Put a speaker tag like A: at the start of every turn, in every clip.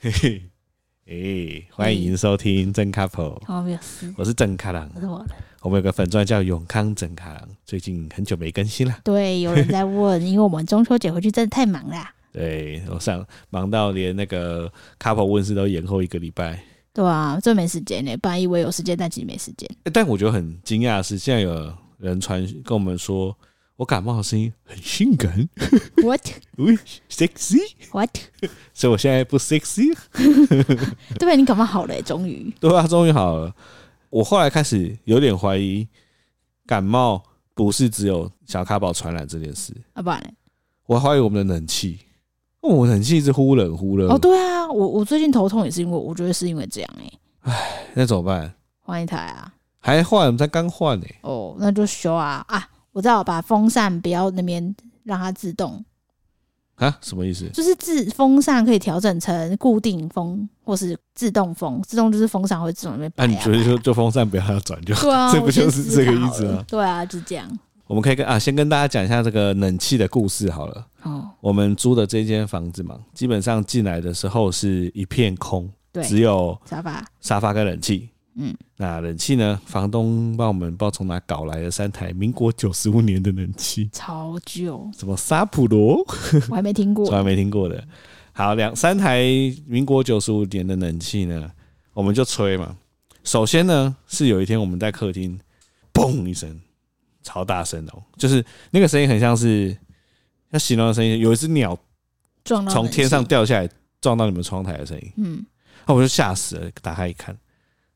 A: 嘿嘿， 哎、欢迎收听正 couple，
B: 好，没有事，
A: 我是正卡郎
B: 这。是我的。
A: 我们有个粉钻叫永康正卡郎，最近很久没更新了。
B: 对，有人在问，因为我们中秋节回去真的太忙啦、
A: 对我上忙到连那个 couple 问世都延后一个礼拜、
B: 对啊，真没时间呢。本来以为有时间，但其实没时间。
A: 诶但我觉得很惊讶的是，现在有人传跟我们说，我感冒的声音很性感
B: What
A: ，sexy，
B: what？
A: 所以我现在不 sexy
B: 对你感冒好了耶，终于。
A: 对啊，终于好了。我后来开始有点怀疑，感冒不是只有小咖宝传染这件事，
B: 啊，不然嘞？
A: 我怀疑我们的冷气，因为我们冷气一直忽冷忽热。
B: 哦，对啊，我我最近头痛也是因为，我觉得是因为这样哎，
A: 那怎么办？
B: 换一台啊。
A: 还换？我们才刚换呢。
B: 哦，那就修啊啊！我知道，把风扇不要那边让它自动，
A: 啊，什么意思？
B: 就是自风扇可以调整成固定风或是自动风，自动就是风扇会自动那边摆
A: 那、
B: 啊
A: 你觉得就就风扇不要转就？
B: 对啊，
A: 这不
B: 我先
A: 就是
B: 思
A: 这个
B: 考
A: 意思
B: 了
A: 吗
B: 对啊，就这样。
A: 我们可以跟啊，先跟大家讲一下这个冷气的故事好了。
B: 哦，
A: 我们租的这间房子嘛，基本上进来的时候是一片空，
B: 对，
A: 只有
B: 沙发，
A: 沙发跟冷气。
B: 嗯，
A: 那冷气呢？房东帮我们不知道从哪搞来的三台民国九十五年的冷气，
B: 超
A: ，
B: 久
A: 什么沙普罗，
B: 我还没听过
A: 从。来没听过的。好，两三台民国九十五年的冷气呢，我们就吹嘛。首先呢，是有一天我们在客厅，嘣一声，超大声的、哦，就是那个声音很像是要形容的声音，有一只鸟
B: 撞到
A: 从
B: 冷
A: 天上
B: 气，
A: 掉下来撞到你们窗台的声音，
B: 嗯，
A: 那我就吓死了，打开一看，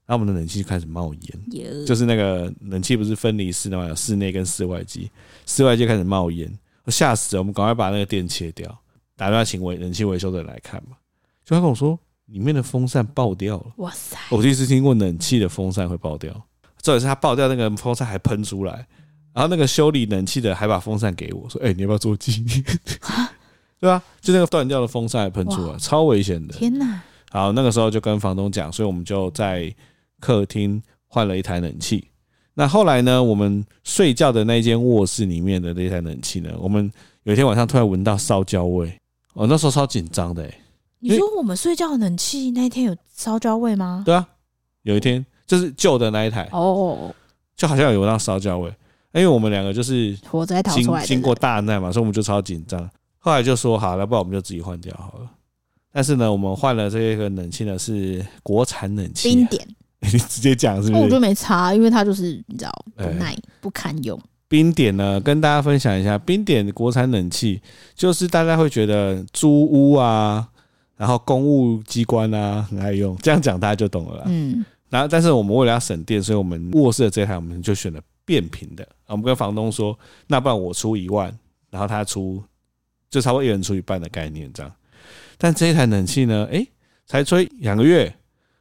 A: 然后我们的冷气就开始冒烟。
B: 耶，
A: 就是那个冷气不是分离式的嘛，有室内跟室外机，室外机开始冒烟，我吓死了，我们赶快把那个电切掉，打电话请维冷气维修的人来看嘛。就他跟我说里面的风扇爆掉了，
B: 哇塞，
A: 我第一次听过冷气的风扇会爆掉，重点是它爆掉那个风扇还喷出来，然后那个修理冷气的还把风扇给我说，哎、你要不要做纪念？ 对啊，就那个断掉的风扇还喷出来，
B: 哇
A: 超危险的。
B: 天哪，
A: 好，那个时候就跟房东讲，所以我们就在客厅换了一台冷气。那后来呢，我们睡觉的那间卧室里面的那台冷气呢，我们有一天晚上突然闻到烧焦味，我、那时候超紧张的、欸。
B: 你说我们睡觉冷气那一天有烧焦味吗？
A: 对啊，有一天就是旧的那一台，
B: 哦，
A: 就好像有闻到烧焦味，因为我们两个就是
B: 活着还逃出
A: 经
B: 来的人，
A: 经过大难嘛，所以我们就超紧张。后来就说好了，不然我们就自己换掉好了。但是呢，我们换了这个冷气呢是国产冷气
B: 冰
A: 啊、
B: 点，
A: 你直接讲是
B: 那
A: 不
B: 我
A: 是
B: 就？没擦，因为它就是你知道不
A: 哎
B: 耐不堪用，
A: 冰点呢，跟大家分享一下，冰点国产冷气就是大家会觉得租屋啊，然后公务机关啊很爱用，这样讲大家就懂了啦。
B: 嗯，
A: 然后，但是我们为了要省电，所以我们卧室的这台我们就选了变频的。我们跟房东说，那不然我出一万，然后他出，就差不多一人出一半的概念这样。但这一台冷气呢，诶，才吹两个月，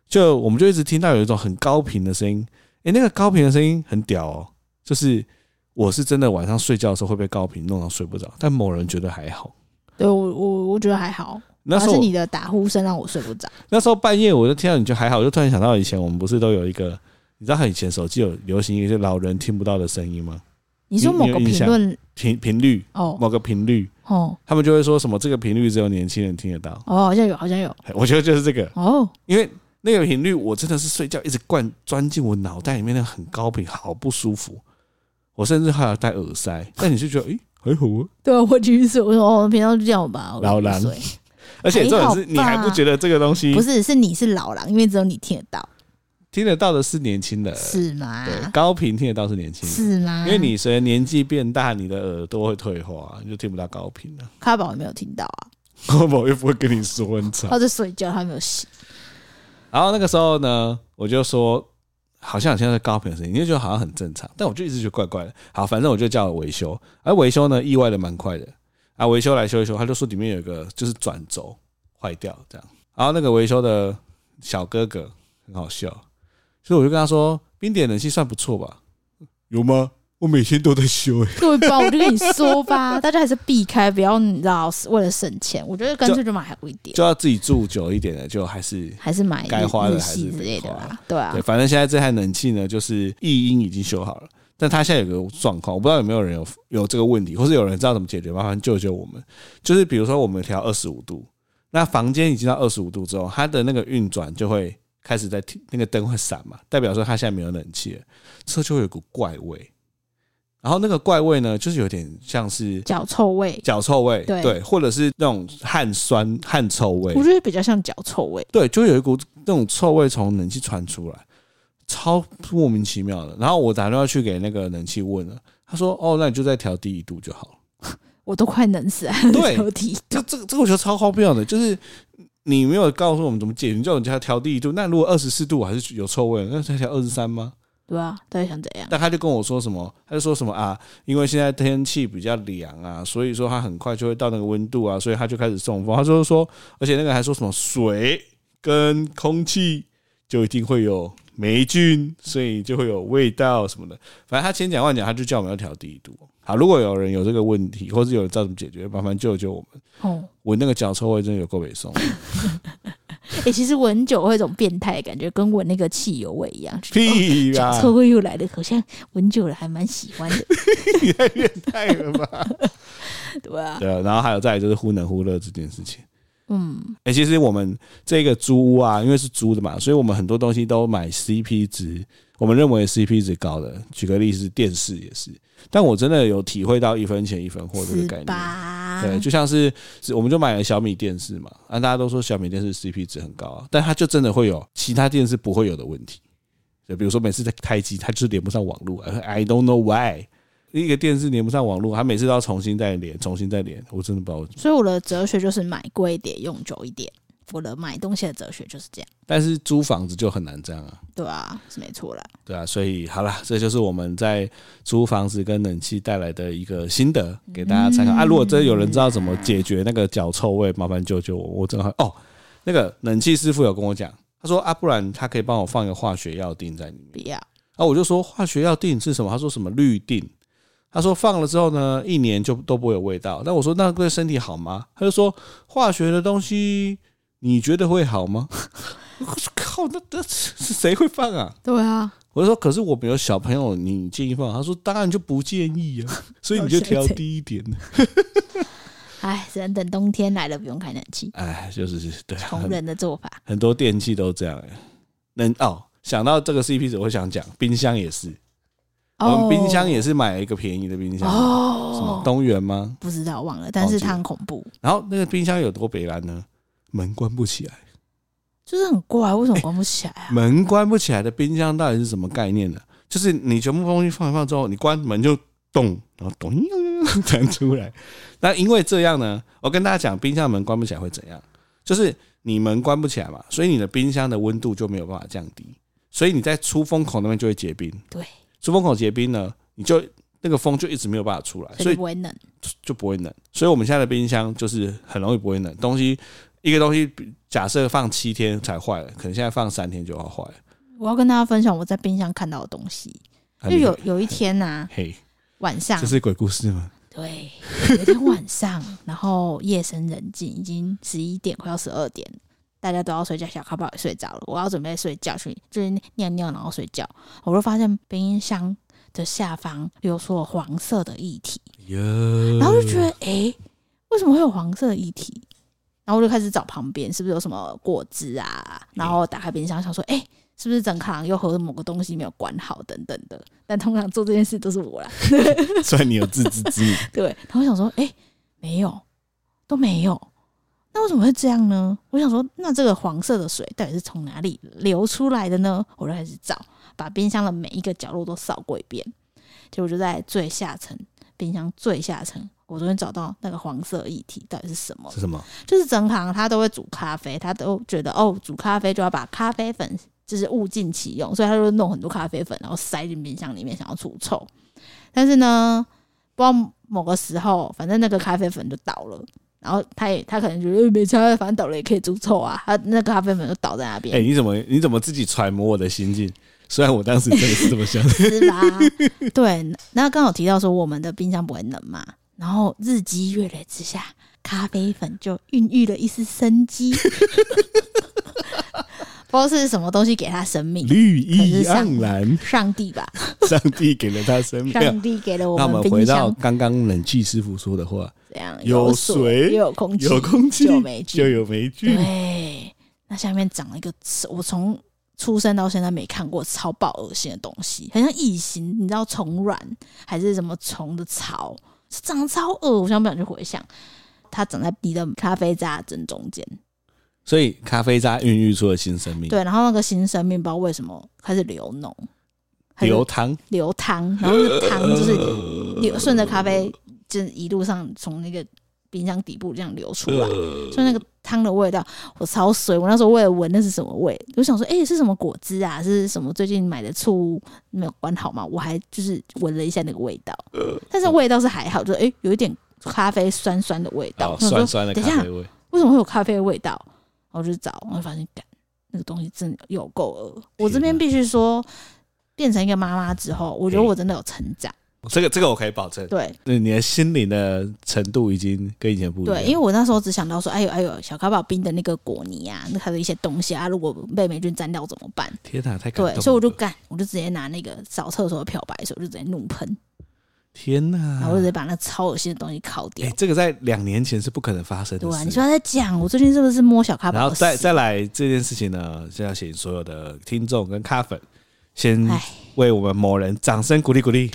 A: 就我们就一直听到有一种很高频的声音。诶，那个高频的声音很屌哦，就是我是真的晚上睡觉的时候会被高频弄到睡不着，但某人觉得还好。
B: 对我我我觉得还好，
A: 那时
B: 还
A: 候
B: 是
A: 我
B: 你的打呼声让我睡不着，
A: 那时候半夜我就听到你就还好，我就突然想到以前我们不是都有一个，你知道以前手机有流行一些老人听不到的声音吗？
B: 你说
A: 你
B: 某
A: 你有
B: 个
A: 印
B: 评
A: 象
B: 论
A: 频频率
B: 哦
A: 某个频率，
B: 哦
A: 他们就会说什么这个频率只有年轻人听得到。
B: 哦，好像有好像有
A: 我觉得就是这个，
B: 哦，
A: 因为那个频率我真的是睡觉一直灌钻进我脑袋里面，那个很高频，好不舒服。我甚至还要戴耳塞，但你就觉得诶、还好啊，
B: 对啊，我去睡，我说哦平常就这样吧，我
A: 老
B: 就
A: 狼
B: 睡
A: 而且重点
B: 还好
A: 是
B: 吧
A: 你还不觉得这个东西
B: 不是，是你是老狼，因为只有你听得到，
A: 听得到的是年轻人，
B: 是啊吗？
A: 呃对，高频听得到是年轻人。
B: 是吗？
A: 因为你随着年纪变大，你的耳朵会退化，你就听不到高频了。
B: 咖宝也没有听到啊，
A: 我某又不会跟你说很吵。
B: 他在睡觉，他没有醒。
A: 然后那个时候呢，我就说，好像现在高频的声音，你就觉得好像很正常，但我就一直觉得怪怪的。好，反正我就叫了维修，而维修呢，意外的蛮快的。啊，维修来修一修，他就说里面有一个就是转轴坏掉这样。然后那个维修的小哥哥很好笑，所以我就跟他说，冰点冷气算不错吧？有吗？我每天都在修、欸，
B: 对吧？我就跟你说 吧，大家还是避开，不要你知道，为了省钱，我觉得干脆就买好一点，
A: 就要自己住久一点的，就还是
B: 还是买
A: 该花的
B: 日
A: 还是
B: 系
A: 得
B: 之类的
A: 花
B: 啦。对啊
A: 对，，反正现在这台冷气呢，就是异音已经修好了，但它现在有个状况，我不知道有没有人有有这个问题，或是有人知道怎么解决，麻烦救救我们。就是比如说我们调二十五度，那房间已经到二十五度之后，它的那个运转就会开始在停那个灯会闪嘛，代表说它现在没有冷气了，车就会有股怪味。然后那个怪味呢，就是有点像是
B: 脚臭味，
A: 脚臭味，
B: 对
A: 对，或者是那种汗酸、汗臭味
B: 我，觉得比较像脚臭味。
A: 对，就有一股那种臭味从冷气传出来，超莫名其妙的。然后我打电话去给那个冷气问了，他说：“哦，那你就再调低一度就好了。”
B: 我都快冷死了，
A: 对
B: 抽屉
A: 这这个这个我觉得超荒谬的，就是你没有告诉我们怎么解决，你叫人家调低一度，那如果二十四度还是有臭味，那再调二十三吗？
B: 对吧、啊？到底想怎样？
A: 但他就跟我说什么，他就说什么啊，因为现在天气比较凉啊，所以说他很快就会到那个温度啊，所以他就开始中风。他就是说，而且那个还说什么水跟空气就一定会有霉菌，所以就会有味道什么的。反正他千讲万讲，他就叫我们要调低一度。好，如果有人有这个问题，或是有人知道怎么解决，麻烦救救我们。
B: 哦，
A: 我那个脚臭味真的有够北 宋，
B: 哎、其实闻久会有一种变态的感觉，跟闻那个汽油味一样。就是哦
A: 屁啊
B: 脚
A: 啦，
B: 臭味又来了，好像闻久了还蛮喜欢的，
A: 你太变态了吧？
B: 对啊，
A: 对，然后还有再来就是忽冷忽热这件事情。
B: 嗯，
A: 哎、其实我们这个租屋啊，因为是租的嘛，所以我们很多东西都买 CP 值，我们认为 CP 值高的。举个例子，电视也是，但我真的有体会到一分钱一分货这个
B: 是
A: 概念。
B: 吧？
A: 对，就像是是我们就买了小米电视嘛，啊，大家都说小米电视 CP 值很高啊，但它就真的会有其他电视不会有的问题，就比如说每次在开机，它就是连不上网络啊，I don't know why，一个电视连不上网络，它每次都要重新再连，重新再连，我真的不知道为什么。
B: 所以我的哲学就是买贵一点，用久一点。我的买东西的哲学就是这样，
A: 但是租房子就很难这样啊。
B: 对啊，是没错啦。
A: 对啊，所以好啦，这就是我们在租房子跟冷气带来的一个心得，给大家参考、啊。如果真的有人知道怎么解决那个脚臭味，麻烦救救我，我真的很哦。那个冷气师傅有跟我讲，他说啊，不然他可以帮我放一个化学药锭在里面。
B: 不要，
A: 啊，我就说化学药锭是什么？他说什么氯锭。他说放了之后呢，一年就都不会有味道。那我说那对身体好吗？他就说化学的东西你觉得会好吗？ 我说靠，那那是谁会放啊？
B: 对啊，
A: 我就说，可是我们有小朋友，你建议放？他说，当然就不建议啊， 所以你就调低一点。
B: 哎，只能等冬天来了，不用开冷 气，
A: 哎，就是对啊，
B: 穷
A: 很
B: 人的做法。
A: 很多电器都这样、哎能哦，想到这个 CP 值，我想讲冰箱也是，我们冰箱也是买了一个便宜的冰箱，什么
B: 哦，
A: 东源吗？
B: 不知道忘了，但是它很恐怖，
A: 然后那个冰箱有多北蓝呢？门关不起来，
B: 就是很怪，为什么关不起来啊？
A: 门关不起来的冰箱到底是什么概念呢？就是你全部东西放一放之后，你关门就咚，然后咚弹出来。那因为这样呢，我跟大家讲，冰箱门关不起来会怎样？就是你门关不起来嘛，所以你的冰箱的温度就没有办法降低，所以你在出风口那边就会结冰。
B: 对，
A: 出风口结冰呢，你就那个风就一直没有办法出来，啊所
B: 所以
A: 以
B: 不会冷。
A: 就不会冷。所以我们现在的冰箱就是很容易不会冷，东西一个东西假设放七天才坏了，可能现在放三天就要坏了。
B: 我要跟大家分享我在冰箱看到的东西，
A: 啊
B: 就
A: 你
B: 有有一天呐、
A: 嘿，
B: 晚上
A: 这是鬼故事吗？
B: 对，有一天晚上，然后夜深人静，已经十一点，快要十二点，大家都要睡觉，小咖宝也睡着了，我要准备睡觉去，就是尿尿，然后睡觉。我就发现冰箱的下方流出了黄色的液体，
A: 哟，嗯
B: 然后就觉得，诶，为什么会有黄色的液体？然后我就开始找旁边是不是有什么果汁啊，然后打开冰箱想说，诶，是不是整卡郎又喝某个东西没有管好等等的？但通常做这件事都是我啦，
A: 虽然你有自知 之明，
B: 对，然后我想说，哎、没有，都没有，那为什么会这样呢？我想说，那这个黄色的水到底是从哪里流出来的呢？我就开始找，把冰箱的每一个角落都扫过一遍，结果就在最下层，冰箱最下层，我终于找到那个黄色液体到底是什么。
A: 是什么？
B: 就是整行他都会煮咖啡，他都觉得哦，煮咖啡就要把咖啡粉就是物尽其用，所以他就弄很多咖啡粉，然后塞进冰箱里面，想要除臭。但是呢，不知道某个时候，反正那个咖啡粉就倒了。然后他也他可能觉得、欸、没差，反正倒了也可以除臭啊。他那个咖啡粉就倒在那边
A: 哎、，你怎么你怎么自己揣摩我的心境？虽然我当时真的是这么 想的，
B: 是吧？对，那刚好提到说我们的冰箱不会冷嘛，然后日积月累之下，咖啡粉就孕育了一丝生机， 不知道是什么东西给它生命，
A: 绿意盎然，
B: 上帝吧，
A: 上帝给了他生命。
B: 上帝给了我
A: 嗯那我
B: 们
A: 们
B: 冰
A: 回到
B: 箱，
A: 刚刚冷气师傅说的话，
B: 哎、样？
A: 有水
B: 水，也有空气，
A: 有空气
B: 就有霉菌
A: 就有霉菌，
B: 对，那下面长了一个，我从出生到现在没看过超爆恶心的东西，很像异形，你知道虫卵还是什么虫的巢，是长得超恶，我想不想去回想？它长在你的咖啡渣正中间，
A: 所以咖啡渣孕育出了新生命，
B: 对，然后那个新生命不知道为什么开始流脓，它就
A: 流汤，
B: 流汤，然后那个汤就是流顺着咖啡，就是一路上从那个冰箱底部这样流出来，
A: 呃
B: 所以那个汤的味道我超水。我那时候为了闻那是什么味，我想说，哎、是什么果汁啊？是什么最近买的醋没有关好吗？我还就是闻了一下那个味道，
A: 呃
B: 但是味道是还好，就哎、诶有一点咖啡酸酸的味道，
A: 哦，
B: 我想说
A: 酸酸的
B: 等一下
A: 咖啡味，
B: 为什么会有咖啡的味道？然后我就找，然后发现，干那个东西真的有够恶。我这边必须说，变成一个妈妈之后，我觉得我真的有成长。
A: 这个这个我可以保证，
B: 对
A: 对你的心灵的程度已经跟以前不一样，
B: 对，因为我那时候只想到说，哎呦哎呦，小咖宝冰的那个果泥啊，那还有一些东西啊，如果被霉菌沾掉怎么办？
A: 天哪，太感动
B: 对
A: 了，，
B: 所以我就干，我就直接拿那个扫厕所的漂白水，我就直接怒喷，
A: 天哪
B: 然后，我就直接把那超恶心的东西烤
A: 啊哎、
B: 掉。
A: 这个在两年前是不可能发生
B: 对
A: 的
B: 啊，你
A: 事。
B: 说他在讲，我最近是不是摸小咖
A: 然
B: 宝
A: 后
B: 的
A: 再
B: 屎
A: 再来这件事情呢，是要请所有的听众跟咖粉先
B: 哎
A: 为我们某人掌声鼓励鼓励。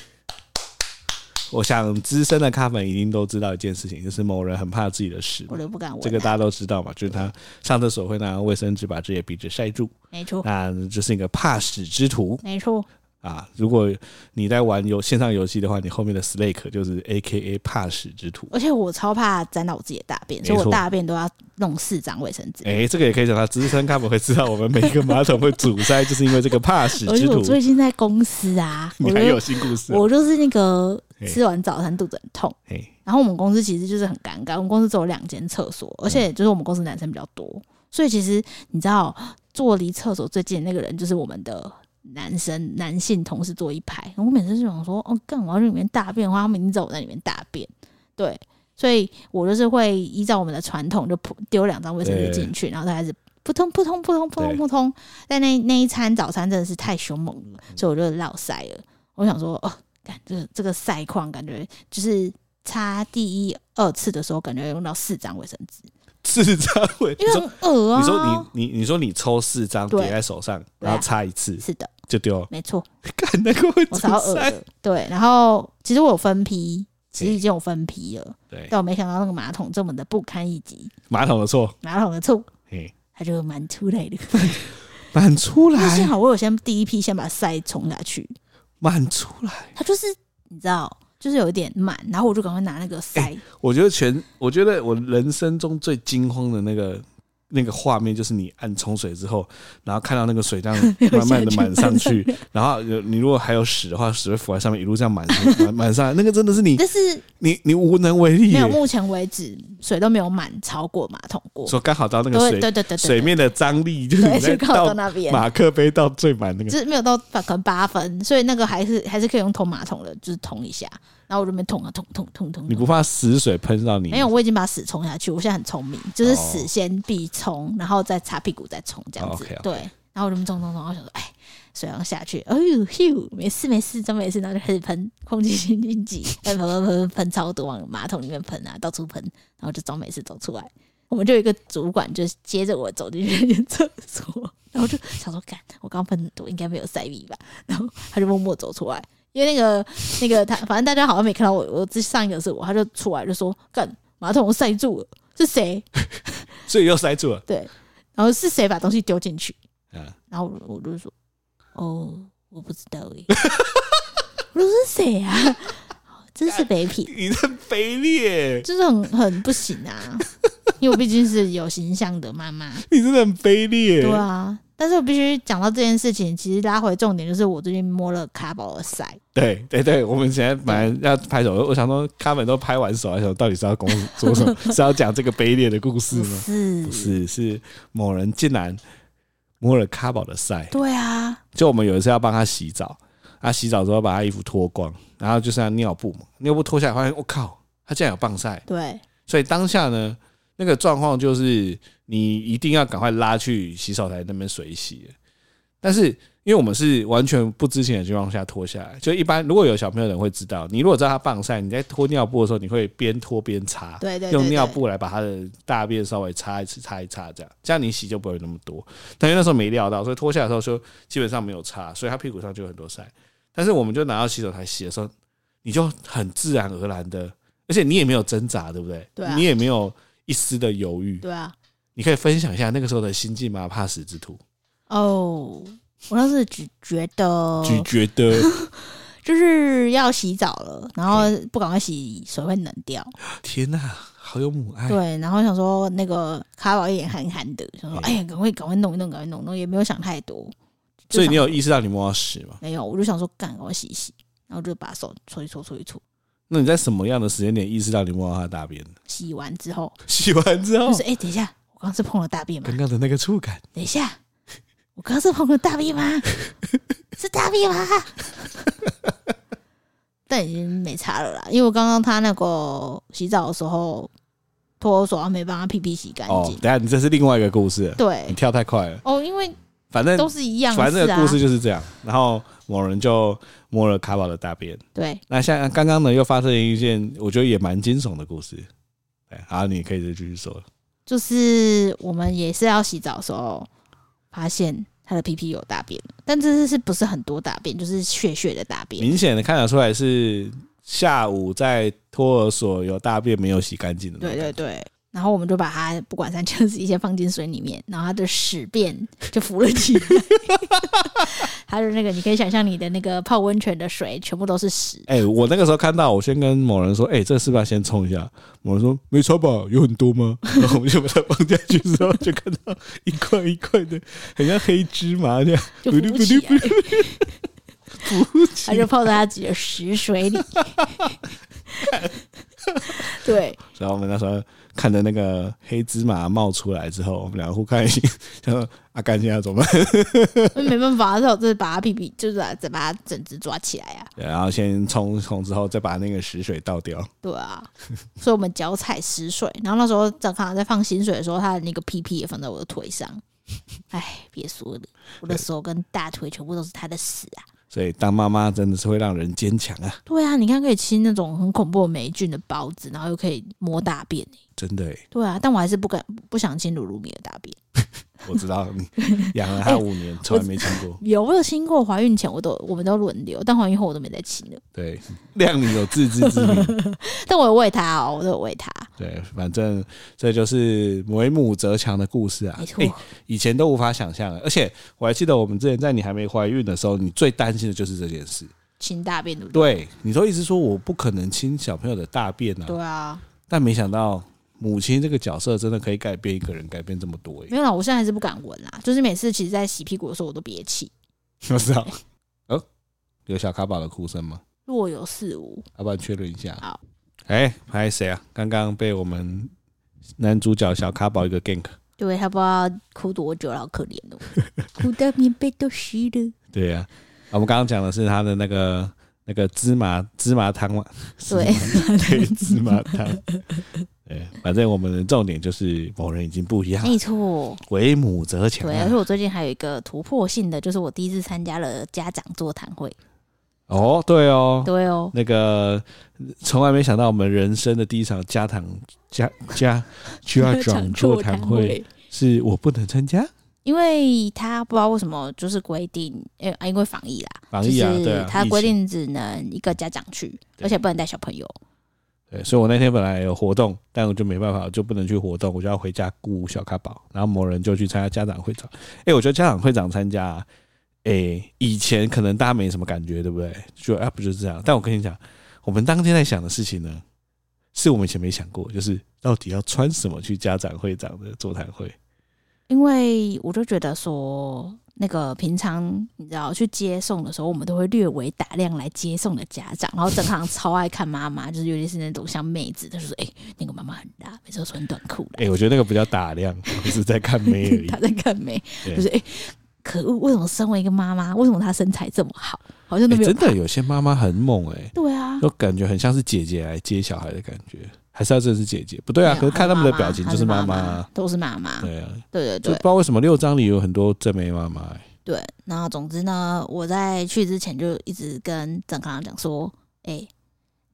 A: 我想资深的咖粉一定都知道一件事情，就是某人很怕自己的屎嘛
B: 我，都不敢闻啊。
A: 这个大家都知道嘛，就是他上厕所会拿卫生纸把自己的鼻子塞住，
B: 没错，
A: 那就是一个怕屎之徒
B: 没错，
A: 啊。如果你在玩游线上游戏的话，你后面的 Slake 就是 A K A 怕屎之徒。
B: 而且我超怕沾到我自己的大便，
A: 没
B: 所以我
A: 错
B: 大便都要弄四张卫生纸。
A: 哎、这个也可以讲到资深咖粉会知道，我们每一个马桶会阻塞，就是因为这个怕屎
B: 而
A: 之
B: 且哦我
A: 徒。
B: 最近在公司啊，我
A: 你
B: 就
A: 还有新故事哦、
B: 我就是那个
A: 嘿
B: 吃完早餐肚子很痛，
A: 嘿，
B: 然后我们公司其实就是很尴尬，我们公司只有两间厕所，而且就是我们公司男生比较多，所以其实你知道坐离厕所最近的那个人就是我们的。男生男性同事坐一排，然后我每次就想说，哦，干，我要去里面大便的话，他们已经知道我在里面大便，对，所以我就是会依照我们的传统，就铺丢两张卫生纸进去，然后再开始扑通扑通扑通扑通
A: 对
B: 扑通。但那那一餐早餐真的是太凶猛了，
A: 嗯
B: 所以我就落塞了。我想说，哦，感这个这个赛况感觉就是擦第一二次的时候，感觉用到四张卫生纸，
A: 四张会，你
B: 因为
A: 说
B: 很恶啊。
A: 你说你你你说你抽四张
B: 对
A: 叠在手上，
B: 对啊
A: 然后擦一次
B: 是的，
A: 就丢 了，
B: 没错，
A: 干那个会
B: 我
A: 阻
B: 超恶
A: 塞。
B: 的。对，然后其实我有分批，其实
A: 嘿
B: 已经有分批了，
A: 对，
B: 但我没想到那个马桶这么的不堪一击，
A: 马桶的错，
B: 马桶的臭，
A: 嘿，
B: 它就蛮出来的。
A: 满出
B: 那幸
A: 来，
B: 好我有先第一批先把塞冲下去，
A: 满出来。
B: 它就是你知道，就是有一点慢，然后我就赶快拿那个塞，
A: 我觉得全，我觉得我人生中最惊慌的那个。那个画面就是你按冲水之后，然后看到那个水这样 慢慢的满上去，然后有你如果还有屎的话，屎会浮在上面一路这样满满满上来， 那个真的是你
B: 但是
A: 你你无能为力
B: 没有，
A: 耶。
B: 目前为止水都没有满超过马桶过，
A: 说刚好到那
B: 对
A: 个
B: 对
A: 水
B: 对对对，
A: 水面的张力，就是
B: 对
A: 你在
B: 就刚好
A: 到
B: 到那边，
A: 马克杯到最满那个，
B: 就是没有到可能八分，所以那个还是还是可以用通马桶的，就是通一下，然后我就没通啊通通通通
A: 你不
B: 通。
A: 怕死水喷到你？
B: 没有，，我已经把屎冲下去。我现在很聪明，就是
A: 哦
B: 屎先必冲，然后再擦屁股再冲这样
A: 哦
B: 子。
A: ，OK，OK
B: 对，然后我就冲冲冲，我想说，哎，水量下去，哎呦咻，没事没事，真没事。然后就开始喷空气清新剂，喷喷喷喷喷超多，往马桶里面喷啊，到处喷，然后就装没事走出来。我们就有一个主管，就接着我走进去那间厕所，然后就想说，干，我刚喷很多，应该没有塞鼻吧？然后他就默默走出来，因为那个那个他，反正大家好像没看到我，我只上一个是我，他就出来就说，干，马桶塞住了，是谁？
A: 所以又塞住了。
B: 然后是谁把东西丢进去？
A: 嗯，
B: 然后我我就说，哦，我不知道 诶、我说是谁啊？真是北痞，
A: 你这肥劣，
B: 就是很很不行啊，因为我毕竟是有形象的妈妈。
A: 你真的很卑劣。
B: 对啊，但是我必须讲到这件事情，其实拉回重点就是我最近摸了卡宝的塞，
A: 对对对，我们现在本来要拍手，我想说他们都拍完手，还想到底是要公做 什么？是要讲这个卑劣的故事
B: 不
A: 吗？
B: 是
A: 嗯不，是，是某人竟然摸了卡宝的腮。
B: 对啊，
A: 就我们有一次要帮他洗澡，他洗澡之后把他衣服脱光，然后就是他尿布嘛，尿布脱下来发现，我、靠，他竟然有棒晒。
B: 对，
A: 所以当下呢，那个状况就是你一定要赶快拉去洗手台那边水洗。但是因为我们是完全不知情的情况下脱下来，就一般如果有小朋友的人会知道，你如果知道他棒晒，你在脱尿布的时候，你会边脱边擦，
B: 对对对
A: 用尿
B: 对
A: 布来把他的大便稍微擦一次、擦一擦，这样这样你洗就不会那么多。但因为那时候没料到，所以脱下来的时候就基本上没有擦，所以他屁股上就有很多晒。但是我们就拿到洗手台洗的时候，你就很自然而然的，而且你也没有挣扎，对不对？
B: 对啊
A: 你也没有一丝的犹豫。
B: 对啊，
A: 你可以分享一下那个时候的心境吗？怕死之徒，
B: 哦，我当时只觉得
A: 咀嚼的
B: 就是要洗澡了，然后不赶快洗，水会冷掉。
A: 天哪、好有母爱。
B: 对，然后想说那个卡宝一脸憨憨的，想说
A: 嗯
B: 哎呀，赶快赶快弄一弄，赶快弄一弄，也没有想太多。就
A: 所以你有
B: 想
A: 意识到你摸到屎吗？
B: 没有？我就想说干，赶快洗一洗，然后就把手搓一搓，搓一搓。
A: 那你在什么样的时间点意识到你摸到他的大便的？
B: 洗完之后，
A: 洗完之后
B: 就，是哎、等一下，我刚刚是碰了大便吗
A: 刚？刚的那个触感，
B: 等一下，我刚刚是碰了 大便吗？是大便吗？ 但已经没差了啦，因为我刚刚他那个洗澡的时候脱手，啊没帮他屁屁洗干
A: 哦
B: 净。，
A: 等一下你这是另外一个故事了，你
B: 对，
A: 跳太快了。
B: 哦，因为
A: 反正
B: 都是一样、啊，
A: 反正这个故事就是这样。然后某人就摸了卡宝的大便。
B: 对，
A: 那像刚刚呢，又发生了一件我觉得也蛮惊悚的故事。哎，好，你可以再继续说了。
B: 就是我们也是要洗澡的时候发现他的屁屁有大便了，但这次是不是很多大便，就是血血的大便？
A: 明显的看得出来是下午在托儿所有大便没有洗干净的那
B: 对
A: 种。
B: 对对。然后我们就把它不管三七二十一先放进水里面，然后它的屎便就浮了起来。 还有那个，你可以想象你的那个泡温泉的水全部都是屎，
A: 哎、我那个时候看到，我先跟某人说：“哎、这是不是要先冲一下？”某人说：“没差吧，有很多吗？” 然后我们就把它放下去之后，就看到一块一块的，很像黑芝麻这样
B: 就浮起来，
A: 浮起
B: 它就泡在它自己的屎水里。对，
A: 然后我们那时候看着那个黑芝麻冒出来之后，我们两个互看一眼，然后阿甘啊现在怎么办？
B: 没办法，只好就是把它屁屁，就是把再把它整只抓起来啊。
A: 对然后先冲一冲之后，再把那个屎水倒掉。
B: 对啊， 所以我们脚踩屎水，然后那时候张康在放薪水的时候，他的那个屁屁也放在我的腿上。哎，别说了，我的手跟大腿全部都是他的屎啊！
A: 所以当妈妈真的是会让人坚强啊，
B: 对啊，你看可以吃那种很恐怖的霉菌的包子，然后又可以摸大便、欸、
A: 真的欸、
B: 对啊，但我还是不敢不想亲鲁鲁米的大便。
A: 我知道你养了他五年，从来没亲 过。
B: 有我有亲过，怀孕前我都我们都轮流，但怀孕后我都没再亲了。
A: 对，谅你有自知之 明。
B: 但我有喂它哦，我都有喂它，
A: 对，反正这就是为母则强的故事啊。
B: 没错。
A: 欸以前都无法想象的，而且我还记得我们之前在你还没怀孕的时候，你最担心的就是这件事。
B: 亲大便对不对？
A: 对，你都一直说我不可能亲小朋友的大便啊，
B: 对啊，
A: 但没想到母亲这个角色真的可以改变一个人，改变这么多、欸。
B: 没有啦，我现在还是不敢闻啦。就是每次其实在洗屁股的时候，我都憋气，
A: 我知道。哦，有小卡宝的哭声吗？
B: 若有似无。
A: 要不然确认一下。
B: 好，
A: 哎、还有谁啊？刚刚被我们男主角小卡宝一个 gank。
B: 对他不知道哭多久了，好可怜 哦，哭到棉被都湿 了。
A: 对呀、啊，我们刚刚讲的是他的那个那个芝麻芝麻汤嘛，
B: 对，
A: 对，芝麻汤。对，反正我们的重点就是某人已经不一样了，
B: 没错，
A: 为母则强、啊
B: 对。而啊且我最近还有一个突破性的，就是我第一次参加了家长座谈会。
A: 哦，对哦，
B: 对哦，
A: 那个从来没想到我们人生的第一场家长家家家长座谈会，是我不能参加，
B: 因为他不知道为什么就是规定，哎、啊因为防疫啦，
A: 防疫啊，
B: 就
A: 对
B: 是
A: 啊，
B: 他
A: 疫
B: 规
A: 情
B: 定只能一个家长去，
A: 对
B: 而且不能带小朋友。
A: 对，所以我那天本来有活动，但我就没办法，我就不能去活动，我就要回家顾小咖宝。然后某人就去参加家长会长。哎、我觉得家长会长参加、啊，哎、以前可能大家没什么感觉，对不对？就啊，不就是这样？但我跟你讲，我们当天在想的事情呢，是我们以前没想过，就是到底要穿什么去家长会长的座谈会。
B: 因为我就觉得说，那个平常你知道去接送的时候，我们都会略微打量来接送的家长，然后正常超爱看妈妈，就是尤其是那种像妹子，她就说：“哎、那个妈妈很辣，每次都穿短裤
A: 哎、
B: 啦。
A: 我觉得那个不叫打量， 我是在看美 而已
B: 她。在看妹，
A: 对
B: 就是哎、可恶，为什么身为一个妈妈，为什么她身材这么好，好像都
A: 哎
B: 没有、
A: 真的有些妈妈很猛哎、
B: 对啊，
A: 就感觉很像是姐姐来接小孩的感觉，还是要真的是姐姐？不对啊，
B: 没有
A: 可是看他们的表情
B: 她
A: 就是
B: 妈
A: 妈妈
B: 妈
A: 啊。
B: 都是妈妈，
A: 对啊，
B: 对对
A: 就不
B: 对
A: 知道为什么六章里有很多正妹妈妈、欸，
B: 对，那总之呢，我在去之前就一直跟郑康讲说，哎、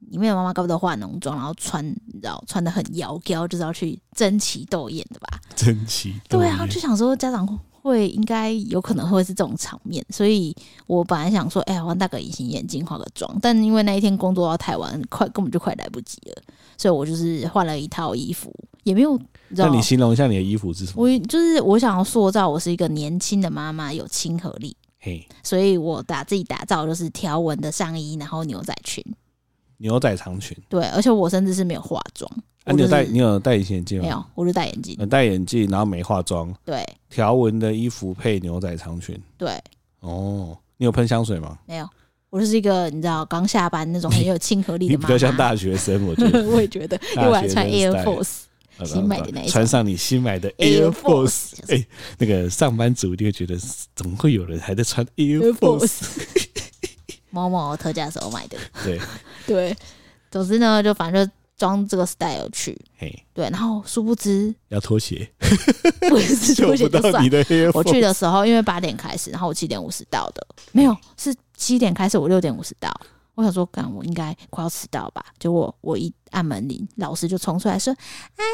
B: 你妹妈妈该不得化浓妆，然后穿，你知道穿的很妖娇，就是要去争奇斗艳的吧？
A: 争奇欸斗
B: 对
A: 艳
B: 啊，就想说家长会应该有可能会是这种场面，所以我本来想说，哎、呀，我戴个隐形眼镜，化个妆，但因为那一天工作到太晚，快根本就快来不及了，所以我就是换了一套衣服，也没有，你知
A: 那
B: 道，
A: 你形容一下你的衣服是什么？
B: 我就是我想要塑造我是一个年轻的妈妈，有亲和力，
A: 嘿，
B: 所以我打自己打造就是条纹的上衣，然后牛仔裙，
A: 牛仔长裙。
B: 对，而且我甚至是没有化妆，
A: 啊，
B: 我
A: 你
B: 就
A: 有戴
B: 是
A: 你有戴隐形眼镜
B: 没
A: 吗？
B: 有，我就戴眼镜，
A: 呃戴眼镜，然后没化妆，
B: 对
A: 条纹的衣服配牛仔长裙。
B: 对，
A: 哦，你有喷香水吗？
B: 没有，我就是一个你知道刚下班那种很有亲和力
A: 你
B: 的
A: 比
B: 妈
A: 较像
B: 妈。
A: 大学生，我觉得。
B: 我也觉得，因为我还穿 Air Force
A: 呃
B: 新买的那一种
A: 穿上你新买的 Air Force，哎、那个上班族一定会觉得，怎么会有人还在穿 Air
B: Air
A: Force？
B: Force，某某特价时 候买的。
A: 对，
B: 对，总之呢，就反正就装这个 style 去。
A: 嘿，
B: 对，然后殊不知
A: 要脱鞋，
B: 我也是
A: 救
B: 拖
A: 不
B: 鞋就
A: 到
B: 算
A: 你。的 Air Force。
B: 我去的时候，因为八点开始，然后我七点五十到的，没
A: 嗯
B: 有，是七点开始，我六点五十到。我想说，干，我应该快要迟到吧？结果我一按门铃，老师就冲出来说：“哎，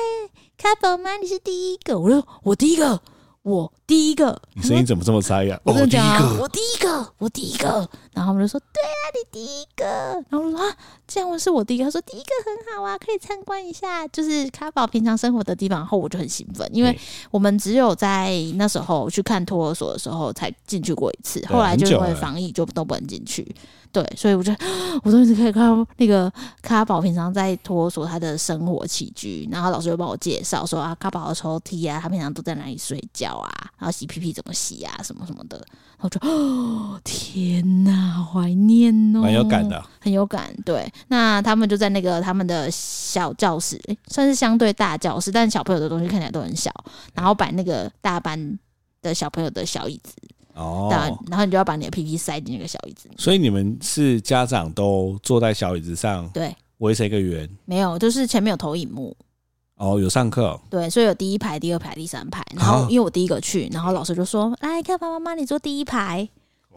B: 开宝妈，你是第一个。”我说：“我第一个，我第一个。”
A: 你声音怎么这么沙哑？
B: 我
A: 哦，
B: 真的
A: 第一
B: 讲啊、
A: 个，
B: 我第一个，我第一个。然后他们就说：“对啊，你第一个。”然后我就说：“啊，这样是我第一个。”他说：“第一个很好啊，可以参观一下，就是卡宝平常生活的地方。”然后我就很兴奋，因为
A: 对
B: 我们只有在那时候去看托儿所的时候才进去过一次，后来就因为防疫就都不能进去。对，所以我就我终于可以看到那个卡宝平常在托儿所他的生活起居，然后老师就帮我介绍说啊，卡宝的抽屉啊，他平常都在哪里睡觉啊，然后洗屁屁怎么洗啊，什么什么的。然后我就哦，天哪，好怀念哦，
A: 蛮有感的啊、
B: 很有感。对，那他们就在那个他们的小教室，诶算是相对大教室，但小朋友的东西看起来都很小，然后摆那个大班的小朋友的小椅子，然
A: 哦
B: 后，然后你就要把你的屁屁塞进那个小椅子里。
A: 所以你们是家长都坐在小椅子上
B: 对，
A: 围成一个圆，
B: 没有，就是前面有投影幕，
A: 哦，有上课哦、
B: 对，所以有第一排、第二排、第三排。然后
A: 啊
B: 因为我第一个去，然后老师就说：“来，看爸爸妈妈，你坐第一排。”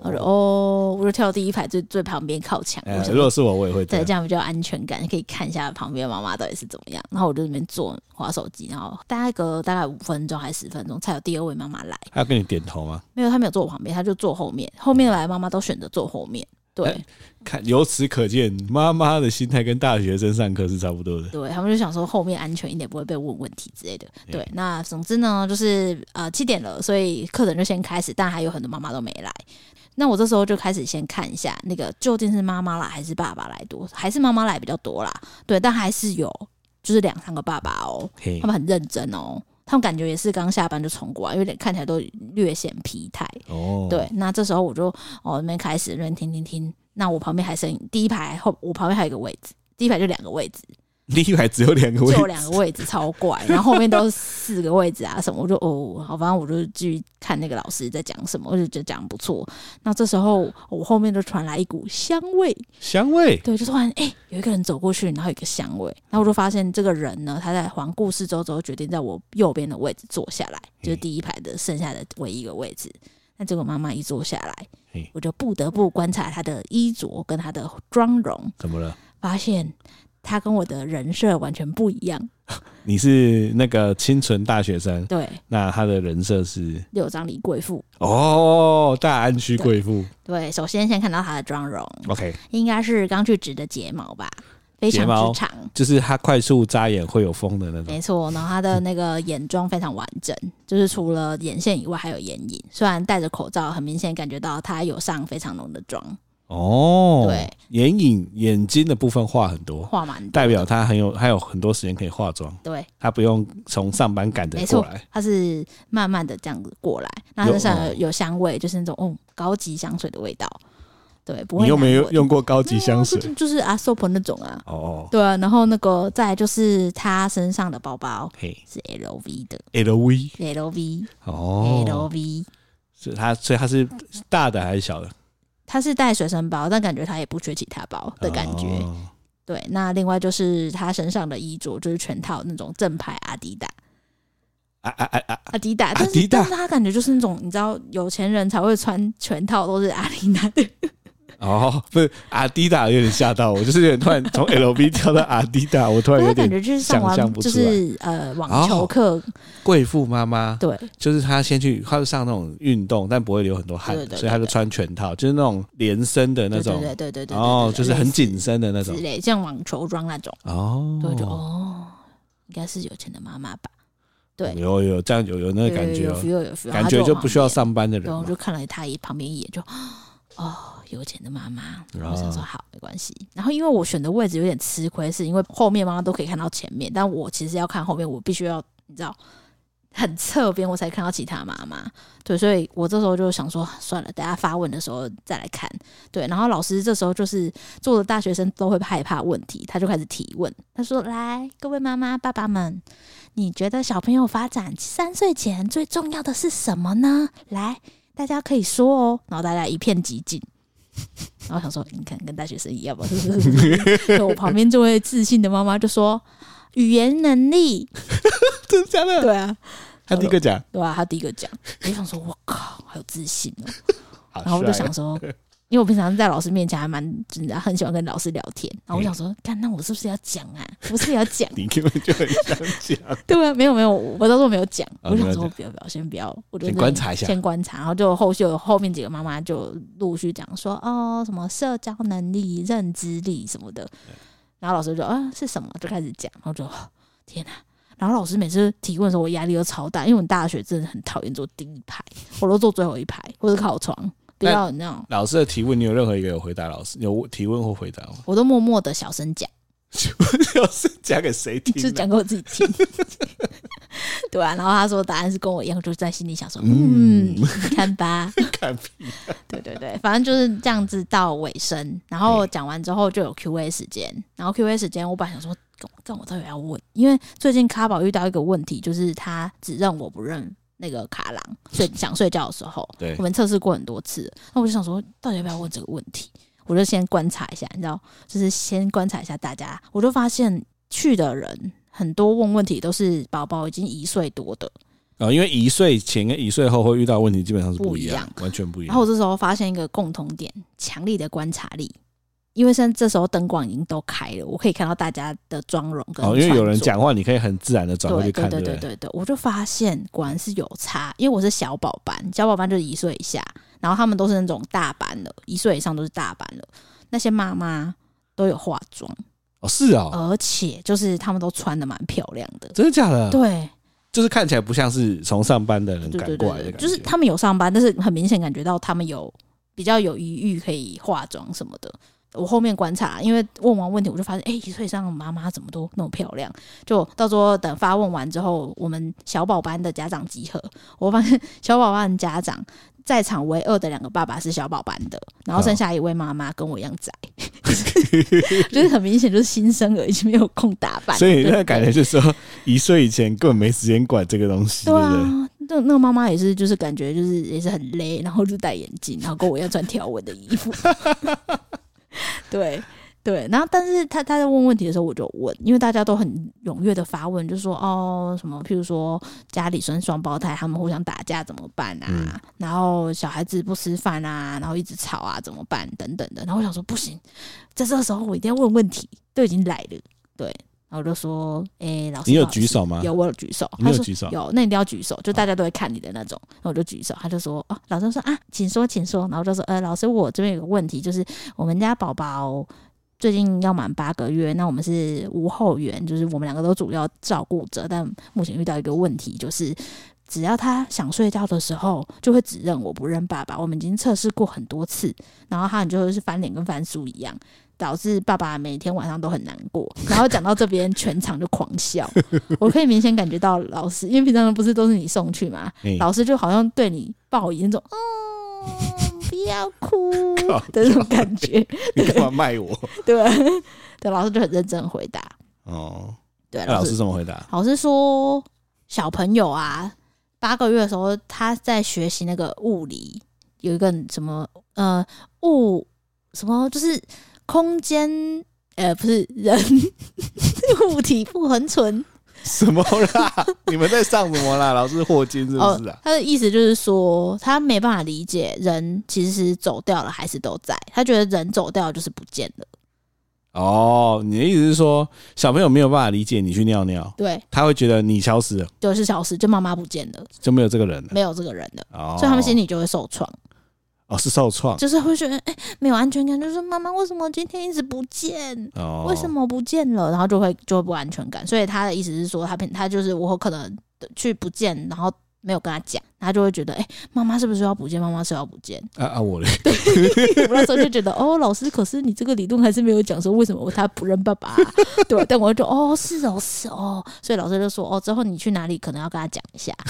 B: 我说：“哦，我就跳到第一排最最旁边靠墙。”我
A: 呃，
B: 想
A: 如果是我，我也会这
B: 对，
A: 样
B: 这。样比较有安全感，可以看一下旁边妈妈到底是怎么样。然后我就在那边坐划手机，然后大概隔大概五分钟还是十分钟，才有第二位妈妈来。
A: 他要跟你点头吗？
B: 没有，她没有坐我旁边，她就坐后面。后面来的妈妈都选择坐后面。对
A: 哎看，由此可见，妈妈的心态跟大学生上课是差不多的。
B: 对，他们就想说后面安全一点，不会被问问题之类的。对，那总之呢，就是呃七点了，所以课程就先开始，但还有很多妈妈都没来。那我这时候就开始先看一下那个究竟是妈妈来还是爸爸来多，还是妈妈来比较多啦。对，但还是有就是两三个爸爸哦、
A: 嘿
B: 他，们很认真哦，他们感觉也是刚下班就冲过来，有点看起来都略显疲态。
A: 哦，
B: 对，那这时候我就哦那边开始那边听听听，那我旁边还剩第一排后，我旁边还有一个位置，第一排就两个位置，
A: 另一排只有两个位
B: 就
A: 置，
B: 两个位置超怪，然后后面都是四个位置啊什么，我就哦好，反正我就继续看那个老师在讲什么，我就觉得讲得不错。那这时候我后面就传来一股香味，
A: 香味
B: 对，就突然哎、欸有一个人走过去，然后有一个香味，然后我就发现这个人呢，他在环顾四周之后，决定在我右边的位置坐下来，就是
A: 嘿
B: 第一排的剩下的唯一一个位置。那结果妈妈一坐下来
A: 嘿，
B: 我就不得不观察她的衣着跟她的妆容，
A: 怎么了？
B: 发现她跟我的人设完全不一样。
A: 你是那个清纯大学生，
B: 对，
A: 那他的人设是
B: 六张李贵妇。
A: 哦，大安区贵妇。
B: 对，首先先看到她的妆容，
A: OK，
B: 应该是刚去植的睫毛吧，非
A: 睫
B: 常
A: 毛
B: 之长。
A: 就是他快速扎眼会有风的那种。
B: 没错，然后他的那个眼妆非常完整，就是除了眼线以外还有眼影。虽然戴着口罩，很明显感觉到他有上非常浓的妆，
A: 哦，
B: 对，
A: 眼影眼睛的部分画很多，
B: 画蛮多的
A: 代表他很有还有很多时间可以化妆，
B: 对，
A: 他不用从上班赶着
B: 没
A: 过
B: 错
A: 来。，
B: 他是慢慢的这样子过来，那
A: 有
B: 身上
A: 哦
B: 有有香味，就是那种哦高级香水的味道，对，不会
A: 你又没
B: 难
A: 有
B: 闻
A: 用过高级
B: 没有
A: 香
B: 啊
A: 水
B: 就？是就是阿 soap 那种啊，
A: 哦哦，
B: 对啊，然后那个再来就是他身上的包包
A: 嘿
B: 是 LV 的
A: ，LV
B: ，LV
A: 哦，
B: LV，
A: 是他，所以他是大的还是小的
B: 他是带随身包，但感觉他也不缺其他包的感觉。
A: 哦
B: 对，那另外就是他身上的衣着，就是全套那种正牌阿迪达，
A: 啊啊啊啊！
B: 阿迪达，
A: 阿
B: 但
A: 迪
B: 是
A: 达
B: 但是他感觉就是那种你知道有钱人才会穿全套都是阿迪达 的，
A: 哦，不是阿迪达，有点吓到我，就是有点突然从 LV 跳到阿迪达，我突然
B: 他
A: 有
B: 啊感
A: 点
B: 觉就是上
A: 想象
B: 完
A: 不
B: 就
A: 出来哦
B: 是呃网 球课，
A: 贵妇妈妈，
B: 对
A: 就是她先去，她就上那种运动，但不会流很多汗
B: 对，对对
A: 所以她就穿全套，就是那种连身的那
B: 对对
A: 种，
B: 对对对对，
A: 哦，就是很
B: 紧
A: 紧身的那
B: 之
A: 种，
B: 类，像网球装那种，
A: 哦，
B: 对就哦，应该是有钱的妈妈吧，对
A: 有有这样有有那个感觉
B: 有有
A: 哦，
B: feel 有 feel，
A: 感觉就不需要
B: 上。
A: 上班的人
B: 然后我
A: 嘛
B: 就，看了他一旁边一眼就，哦，有钱的妈妈。然后我想说好，没关系。然后因为我选的位置有点吃亏，是因为后面妈妈都可以看到前面，但我其实要看后面，我必须要你知道很侧边我才看到其他妈妈。对，所以我这时候就想说算了，等下发问的时候再来看。对，然后老师这时候就是做了大学生都会害怕问题，他就开始提问，他说：“来，各位妈妈爸爸们。”你觉得小朋友发展三岁前最重要的是什么呢？来，大家可以说哦，然后大家一片寂静。然后我想说，你看跟大学生一样吧。 对我旁边这位自信的妈妈就说：“语言能力。
A: 真的假”的？
B: 对啊，
A: 他第一个讲，
B: 对啊，她第一个讲。我就想说，我靠，好有自信哦。
A: 好
B: 然后我就
A: 帅？
B: 想说，因为我平常在老师面前还蛮真的，很喜欢跟老师聊天。然后我想说，看那我是不是要讲啊？我是不是要讲
A: 你根本就很想 讲，
B: 对啊，没有没有，我当时没有讲。
A: 哦
B: 我
A: 没
B: 想
A: 有
B: 说
A: 讲
B: 不要不要，先不要，我就
A: 先
B: 是
A: 观察一下
B: 先观察。然后就后续有后面几个妈妈就陆续讲说，哦，什么社交能力、认知力什么的。然后老师就啊是什么，就开始讲，然后就哦天哪、然后老师每次提问的时候，我压力都超大，因为我们大学真的很讨厌坐第一排，我都坐最后一排或者靠窗，不
A: 那
B: 要有那种，
A: 老师的提问，你有任何一个有回答老师有提问或回答吗？
B: 我都默默的小声讲。
A: 老师讲给谁听、
B: 就
A: 啊？
B: 讲给我自己听。 对啊，然后他说答案是跟我一样，就在心里想说，嗯，
A: 嗯
B: 你 看吧，
A: 看屁
B: 对对对，反正就是这样子到尾声。然后讲完之后就有 Q&A 时间，然后 Q&A 时间我本来想说，干干我到底要问，因为最近卡宝遇到一个问题，就是他只认我不认。那个卡郎睡想睡觉的时候，
A: 对
B: 我们测试过很多次，那我就想说，到底要不要问这个问题？我就先观察一下，你知道，就是先观察一下大家，我就发现去的人很多问问题都是宝宝已经一岁多的，
A: 啊、因为一岁前跟一岁后会遇到的问题基本上是不一样，
B: 不
A: 完全不一
B: 然后
A: 样
B: 我。这时候发现一个共同点：强力的观察力。因为现在这时候灯光已经都开了，我可以看到大家的妆容跟、
A: 哦，因为有人，讲话，你可以很自然的转过去
B: 对对
A: 看，
B: 对
A: 不
B: 对对对，我就发现果然是有差。因为我是小宝班，小宝班就是一岁以下，然后他们都是那种大班的，一岁以上都是大班了。那些妈妈都有化妆，
A: 哦，是哦，
B: 而且就是他们都穿的蛮漂亮的。
A: 真的啊假的？
B: 对，
A: 就是看起来不像是从上班的人
B: 对
A: 赶
B: 对
A: 过来的
B: 对对，
A: 感觉，
B: 就是他们有上班，但是很明显感觉到他们有比较有余裕可以化妆什么的。我后面观察，因为问完问题，我就发现，哎、一岁以上的妈妈怎么都那么漂亮？就到时候等发问完之后，我们小宝班的家长集合，我发现小宝班的家长在场唯二的两个爸爸是小宝班的，然后剩下一位妈妈跟我一样宅， 就是很明显就是新生儿已经没有空打扮了，
A: 所以
B: 对
A: 那感觉就是说，一岁以前根本没时间管这个东西，对
B: 对
A: 不对？
B: 啊，那那个妈妈也是，就是感觉就是也是很累，然后就戴眼镜，然后跟我一样穿条纹的衣服。 对对，然后但是她她在问问题的时候，我就问，因为大家都很踊跃的发问，就说哦什么，譬如说家里生双胞胎，他们互相打架怎么办啊？
A: 嗯
B: 然后小孩子不吃饭啊，然后一直吵啊怎么办？等等的。然后我想说不行，在这个时候我一定要问问题，都已经来了，对。然后我就说，哎、老师，
A: 你有
B: 不好意
A: 举
B: 思
A: 手吗
B: 有，我有举手。
A: 你没有
B: 他说
A: 举手哦
B: 有，那你一定要举手，就大家都会看你的那种。然后我就举手，他就说哦，老师说啊，请说，请说。然后我就说，呃，老师，我这边有个问题，就是我们家宝宝最近要满八个月，那我们是无后援，就是我们两个都主要照顾者，但目前遇到一个问题，就是只要他想睡觉的时候，就会只认我不认爸爸。我们已经测试过很多次，然后他很就是翻脸跟翻书一样。导致爸爸每天晚上都很难过，然后讲到这边，全场就狂笑。我可以明显感觉到老师，因为平常不是都是你送去嘛，
A: 嗯
B: 老师就好像对你报以那种“嗯，不要哭”的那种感觉。
A: 你 干嘛卖我？
B: 对， 对，老师就很认真回答。
A: 哦，
B: 对，
A: 那老
B: 老
A: 师
B: 师
A: 怎么回答？
B: 老师说，小朋友啊，八个月的时候他在学习那个物理，有一个什么呃物什么就是 空间呃不是人物体不恒存。
A: 什么 啦？你们在上什么啦？老是霍金是不是啊？
B: 哦他的意思就是说，他没办法理解人其实走掉了还是都在，他觉得人走掉就是不见了。
A: 哦，你的意思是说小朋友没有办法理解你去尿尿，
B: 对，
A: 他会觉得你消失了，
B: 就是消失，就妈妈不见了，
A: 就没有这个人了。
B: 没有这个人了，
A: 哦，
B: 所以他们心
A: 里
B: 里就会受创，
A: 哦是受创
B: 就是会觉得哎、没有安全感，就是妈妈为什么今天一直不见？
A: 哦，
B: 为什么不见了？然后就会就会不安全感。所以他的意思是说，他平他就是我可能去不见，然后没有跟他讲，他就会觉得哎，妈、妈是不是要不见？妈妈是要不见？
A: 啊啊我嘞？
B: 我那时候就觉得，哦，老师，可是你这个理论还是没有讲说为什么他不认 爸爸、啊对吧？但我就哦，是哦，是哦，所以老师就说，哦，之后你去哪里可能要跟他讲 一下。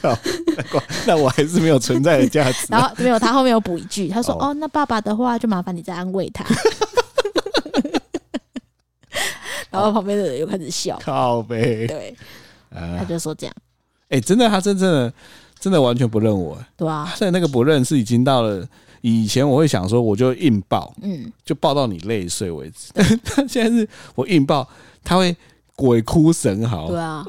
A: 靠，那我那我还是没有存在的价值
B: 然。后没有，他后面有补一句，他说，
A: 哦
B: 哦，那爸爸的话就麻烦你再安慰 他。然后旁边的人又开始笑，
A: 靠呗，
B: 对，他
A: 啊，
B: 就说这样，
A: 哎，真的，他真正的真的完全不认我，
B: 对啊吧、
A: 他的那个不认是已经到了以前我会想说我就硬抱，
B: 嗯，
A: 就抱到你累碎为止。 他现在是我硬抱，他会鬼哭神嚎
B: 对， 啊。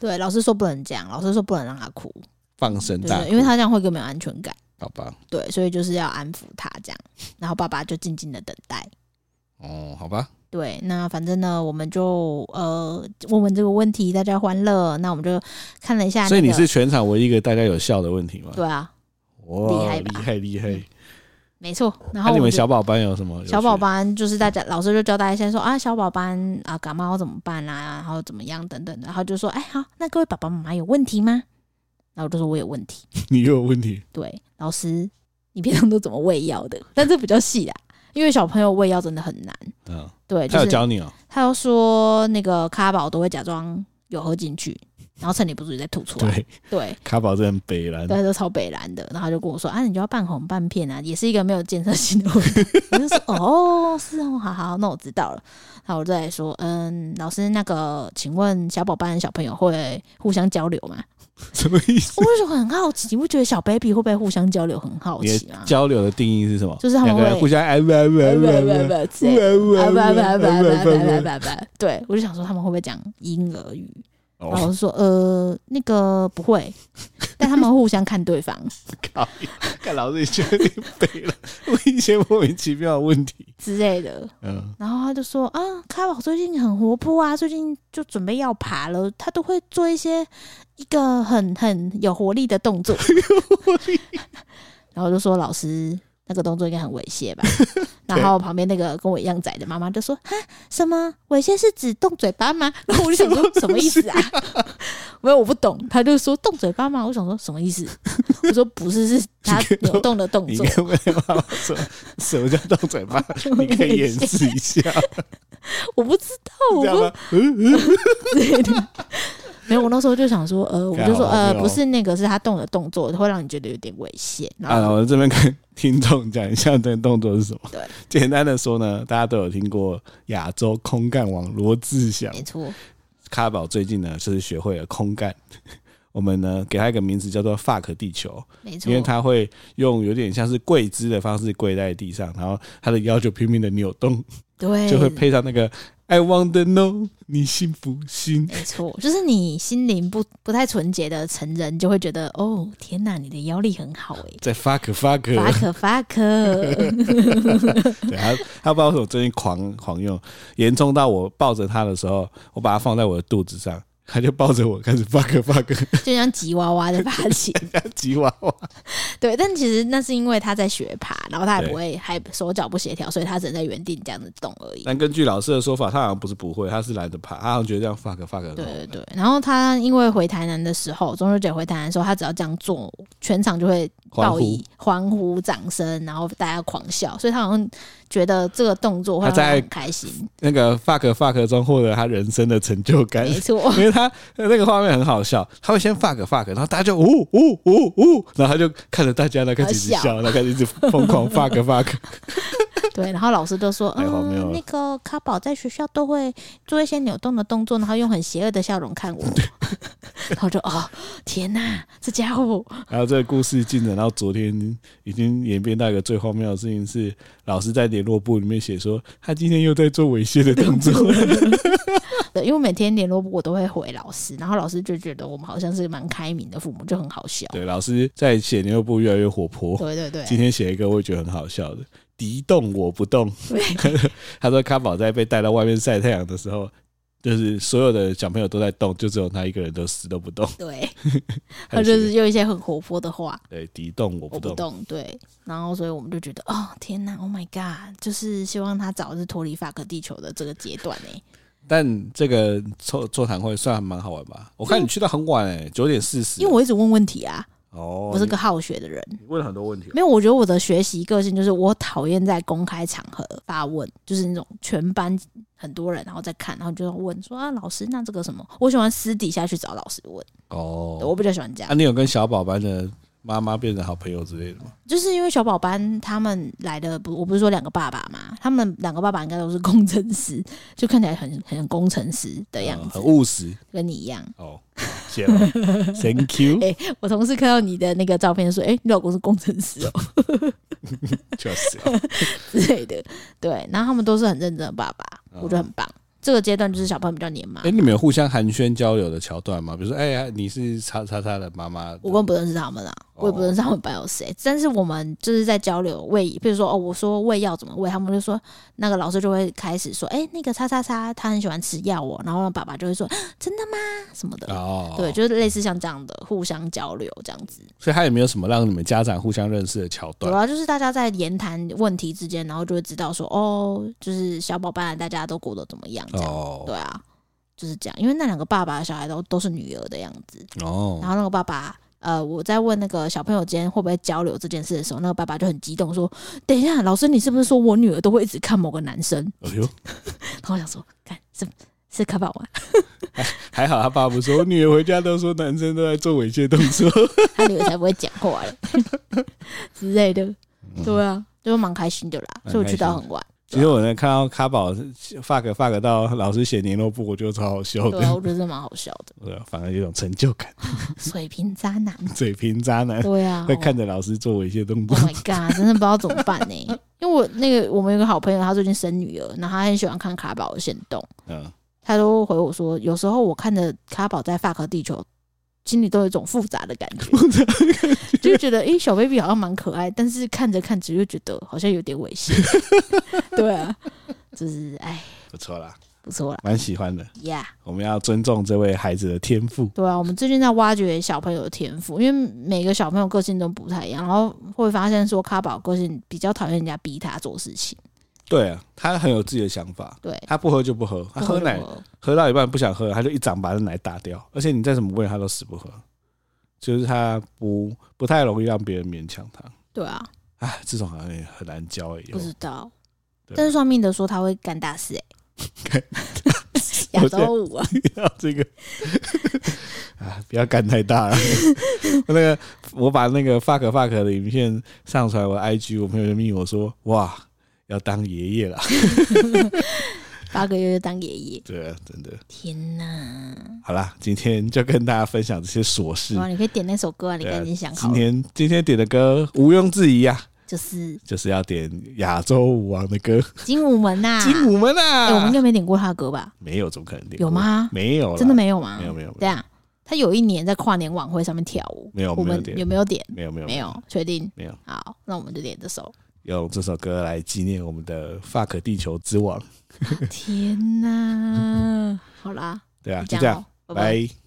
B: 对，老师说不能这样，老师说不能让他哭，
A: 放声
B: 对
A: 大
B: 对，
A: 哭，
B: 因为他这样会更没有安全感。
A: 好吧，
B: 对，所以就是要安抚他这样，然后爸爸就静静的等待。
A: 哦，好吧，
B: 对，那反正呢，我们就呃问问这个问题，大家欢乐。那我们就看了一下、啊那个，
A: 所以你是全场唯一一个大家有笑的问题吗？
B: 对啊，厉
A: 哇，
B: 害
A: 厉
B: 吧
A: 害厉害！
B: 没错。然
A: 那
B: 后
A: 啊你
B: 我
A: 们
B: 就
A: 小宝班有什么有趣？
B: 小宝班就是大家老师就教大家先说啊，小宝班啊感冒怎么办啊，然后怎么样等等的，然后就说哎好，那各位爸爸妈妈有问题吗？然后我就说我有问题，
A: 你又有问题？
B: 对，老师你平常都怎么喂药的？但这比较细啦，因为小朋友喂药真的很难。
A: 嗯，
B: 对，就
A: 他有
B: 是
A: 教你哦，
B: 他又说那个咖宝都会假装有喝进去，然后趁你不注意再吐出来。
A: 对，
B: 对，
A: 卡宝真的很北蓝，
B: 对，都超北蓝的。然后他就跟我说啊，你就要半红半片啊，也是一个没有建设性的问题。我就说哦，是哦，好好，那我知道了。然后我就来说，嗯，老师，那个，请问小宝班的小朋友会互相交流吗？
A: 什么意思？
B: 我就很好奇，你不觉得小 baby 会不会互相交流很好
A: 你
B: 奇
A: 的
B: 吗？
A: 交流的定义是什么？
B: 就是他们
A: 两
B: 会
A: 个人互相哎，不不
B: 不不
A: 不
B: 不之类的
A: 哎
B: 啊不不不不不不不，对我就想说他们会不会讲婴儿语？
A: 不
B: 然后
A: 哦，
B: 我说呃，那个不会， 但他们互相看对方
A: 靠！ 看老师你觉得你北了，问一些莫名其妙的问题。
B: 之类的。
A: 嗯，
B: 然后他就说啊，开宝最近很活泼啊，最近就准备要爬了，他都会做一些一个很很有活力的动 作。 然后我就说老师。那个动作应该很猥亵吧？ 然后旁边那个跟我一样窄的妈妈就说：“哈，什么猥亵是指动嘴巴 吗？”然后我就想说什么意思啊？ 没有，我不懂。他就说动嘴巴吗？我想说什么意思？我说不是，是 他扭动的动
A: 你
B: 作。
A: 跟我妈妈说什么叫动嘴 巴？你可以演示一下，
B: 我不知 道，我
A: 这
B: 不
A: 样吗？嗯嗯
B: 之类的。 没有，我那时候就想说， 呃，我就说，
A: 干好
B: 呃，
A: 没有
B: 不是那个，是他动的动作会让你觉得有点猥亵。然
A: 啊，
B: 后，
A: 我这边跟听众讲一下这个动作是什么。
B: 对，
A: 简单的说呢，大家都有听过亚洲空干王罗志祥，
B: 没错，
A: 卡宝最近呢就是学会了空干。 我们呢给他一个名字叫做 “fuck 地球”，
B: 没错，
A: 因为他会用有点像是跪姿的方式跪在地上，然后他的腰就拼命的扭动，
B: 对，
A: 就会配上那个 “I want to know 你信不信
B: 没错，就是你心灵不不太纯洁的成人就会觉得，哦，天哪，你的腰力很好 哎”，
A: 在 fuck fuck，
B: 发可发 可，
A: 对他他不知道为什么最近狂狂用，严重到我抱着他的时候，我把它放在我的肚子上，他就抱着我开始 fuck fuck
B: 就像吉娃娃的发情。
A: 吉娃娃，
B: 对，但其实那是因为他在学爬，然后他也
A: 对
B: 不会，还手脚不协调，所以他只能在原地这样子动而已。
A: 但根据老师的说法，他好像不是不会，他是懒得爬，他好像觉得这样 fuck fuck 很好
B: 对对对，然后他因为回台南的时候，中秋节回台南的时候，他只要这样做，全场就会
A: 欢
B: 报
A: 呼
B: 以。欢呼、掌声，然后大家狂笑，所以他好像觉得这个动作会让
A: 他
B: 他
A: 在
B: 很开心。
A: 那个 fuck fuck 中获得他人生的成就感，
B: 没错，
A: 因为他那个画面很好笑，他会先 fuck fuck，然后大家就呜呜呜呜，然后他就看着大家那开始一直
B: 好笑
A: 笑，那开始一直疯狂 fuck fuck，
B: 对。然后老师就说：“
A: 太荒谬
B: 嗯，
A: 了
B: 那个卡宝在学校都会做一些扭动的动作，然后用很邪恶的笑容看我。” 然后就哦，天哪、这家伙
A: 还有这个故事进展到昨天，已经演变到一个最荒谬的事情是，老师在联络簿里面写说，他今天又在做猥亵的动作。
B: 对，因为每天联络部我都会回老师，然后老师就觉得我们好像是蛮开明的父母，就很好笑。
A: 对，老师在写联络簿越来越活泼。
B: 对对对，
A: 今天写一个我也觉得很好笑的，敌动我不动。他说卡宝在被带到外面晒太阳的时候，就是所有的小朋友都在动，就只有他一个人都死都不动。
B: 对，
A: 他
B: 他
A: 就
B: 就
A: 写
B: 是用一些很活泼的话，
A: 对敌动我
B: 我
A: 不
B: 不
A: 动。
B: 懂，对，然后所以我们就觉得，哦，天哪，Oh my God，就是希望他早日脱离法克地球的这个阶段欸呢、
A: 啊但这个座座谈会算蛮好玩吧？我看你去到很晚诶、九点四十。
B: 因为我一直问问题啊，
A: 哦，
B: 我是个好学的人，
A: 你问了很多问题
B: 没有，我觉得我的学习个性就是我讨厌在公开场合发问，就是那种全班很多人然后在看，然后就要问说啊，老师那这个什么，我喜欢私底下去找老师问，
A: 哦。
B: 我比较喜欢这样
A: 啊，，你有跟小宝班的妈妈变成好朋友之类的吗？
B: 就是因为小宝班他们来的不，我不是说两个爸爸嘛，他们两个爸爸应该都是工程师，就看起来很很工程师的样
A: 嗯
B: 子
A: 很，务实
B: 跟你一样。
A: 哦。好谢 了，Thank you，
B: 哎、我同事看到你的那个照片说：“哎、你老公是工程师哦
A: 确 实啊
B: 之 类的。”对，然后他们都是很认真的爸爸，
A: 嗯
B: 我觉得很棒。这个阶段就是小朋友比较黏嘛
A: 哎、，你们有互相寒暄交流的桥段吗？比如说，哎、呀，你是叉叉叉的妈妈，
B: 我根本不认识他们啦，
A: 哦
B: 我也不认识他们班有谁。但是我们就是在交流喂，比如说哦，我说喂药怎么喂，他们就说那个老师就会开始说：“哎、那个叉叉叉他很喜欢吃药哦。”然后爸爸就会说啊：“真的吗？”什么的。
A: 哦，
B: 对，，就是类似像这样的互相交流这样子，
A: 所以他也没有什么让你们家长互相认识的桥
B: 有
A: 段。
B: 啊，就是大家在言谈问题之间，然后就会知道说，哦，就是小宝班大家都过得怎么样这样，
A: 哦
B: 对啊，就是这样。因为那两个爸爸的小孩都都是女儿的样子，然
A: 哦，
B: 后那个爸爸，呃，我在问那个小朋友之间会不会交流这件事的时候，那个爸爸就很激动说：“等一下，老师，你是不是说我女儿都会一直看某个男生
A: 哎呦，？”
B: 然后我想说，看是是卡宝吗？
A: 还好他爸不说，我女儿回家都说男生都在做猥亵动作。
B: 他女儿才不会讲话嘞 之类的，对啊，就蛮开心的啦，所以我去到很晚。
A: 其实我呢看到卡宝 fuck fuck 到老师写联络簿，我觉得超好笑
B: 对啊，
A: 的，
B: 我觉得蛮好笑 的，
A: 对啊反而有一种成就感。
B: 水瓶渣男。
A: 嘴贫渣男
B: 对 啊，
A: 会看着老师做猥亵动作
B: ，Oh，my god，真的不知道怎么办呢、 因为我那个我们有个好朋友，他最近生女儿，然后他很喜欢看卡宝的行动，
A: 嗯，
B: 他都回我说，有时候我看着卡宝在《法克地球》，心里都有一种复杂的感觉，就觉得诶、小 baby 好像蛮可爱，但是看着看着又觉得好像有点猥亵。 对啊，就是哎，
A: 不错啦，
B: 不错 啦
A: 蛮喜欢的。
B: 呀。
A: 我们要尊重这位孩子的天赋。
B: 对啊，我们最近在挖掘小朋友的天赋，因为每个小朋友个性都不太一样，然后会发现说卡宝个性比较讨厌人家逼他做事情，
A: 对啊，他很有自己的想法，
B: 对，
A: 他不喝就不
B: 啊
A: 喝，他喝奶喝到一半不想喝，他就一掌把那奶打掉，而且你再怎么喂他都死不喝，就是他不不太容易让别人勉强他。
B: 对啊，
A: 哎，这种好像也很难教哎、
B: 不知道。
A: 对啊
B: 但是算命的说他会干大事 哎、欸，亚洲舞啊，
A: 要这个 啊，不要干太大了。 我那个我把那个 fuck fuck 的影片上传我的 IG，我朋友就密我说哇，要当爷爷了。
B: 八个月就当爷爷，
A: 对啊，真的。
B: 天哪！
A: 好啦，今天就跟大家分享这些琐事。
B: 哇，你可以点那首歌啊，你
A: 对啊
B: 赶紧想
A: 今
B: 好了，
A: 天今天点的歌毋庸置疑啊，
B: 就是
A: 就是要点亚洲舞王的歌《
B: 精武门呐、
A: 精武门》
B: 哎、我们
A: 啊
B: 应。该没点过他的歌吧？
A: 没有，怎么可能点过？
B: 有吗？
A: 没有啦，
B: 真的没有吗？
A: 没有没有没有
B: 这样，他有一年在跨年晚会上面跳舞，
A: 没有
B: 我
A: 没有
B: 们
A: 点
B: 有没有点？
A: 没有没有
B: 没有，确定
A: 没有，
B: 好，那我们就点这 首。
A: 用这首歌来纪念我们的 fuck 地球之王，
B: 天哪！好啦，
A: 对啊，就
B: 就这
A: 啊这
B: 样
A: 样
B: 哦，，拜拜。
A: 拜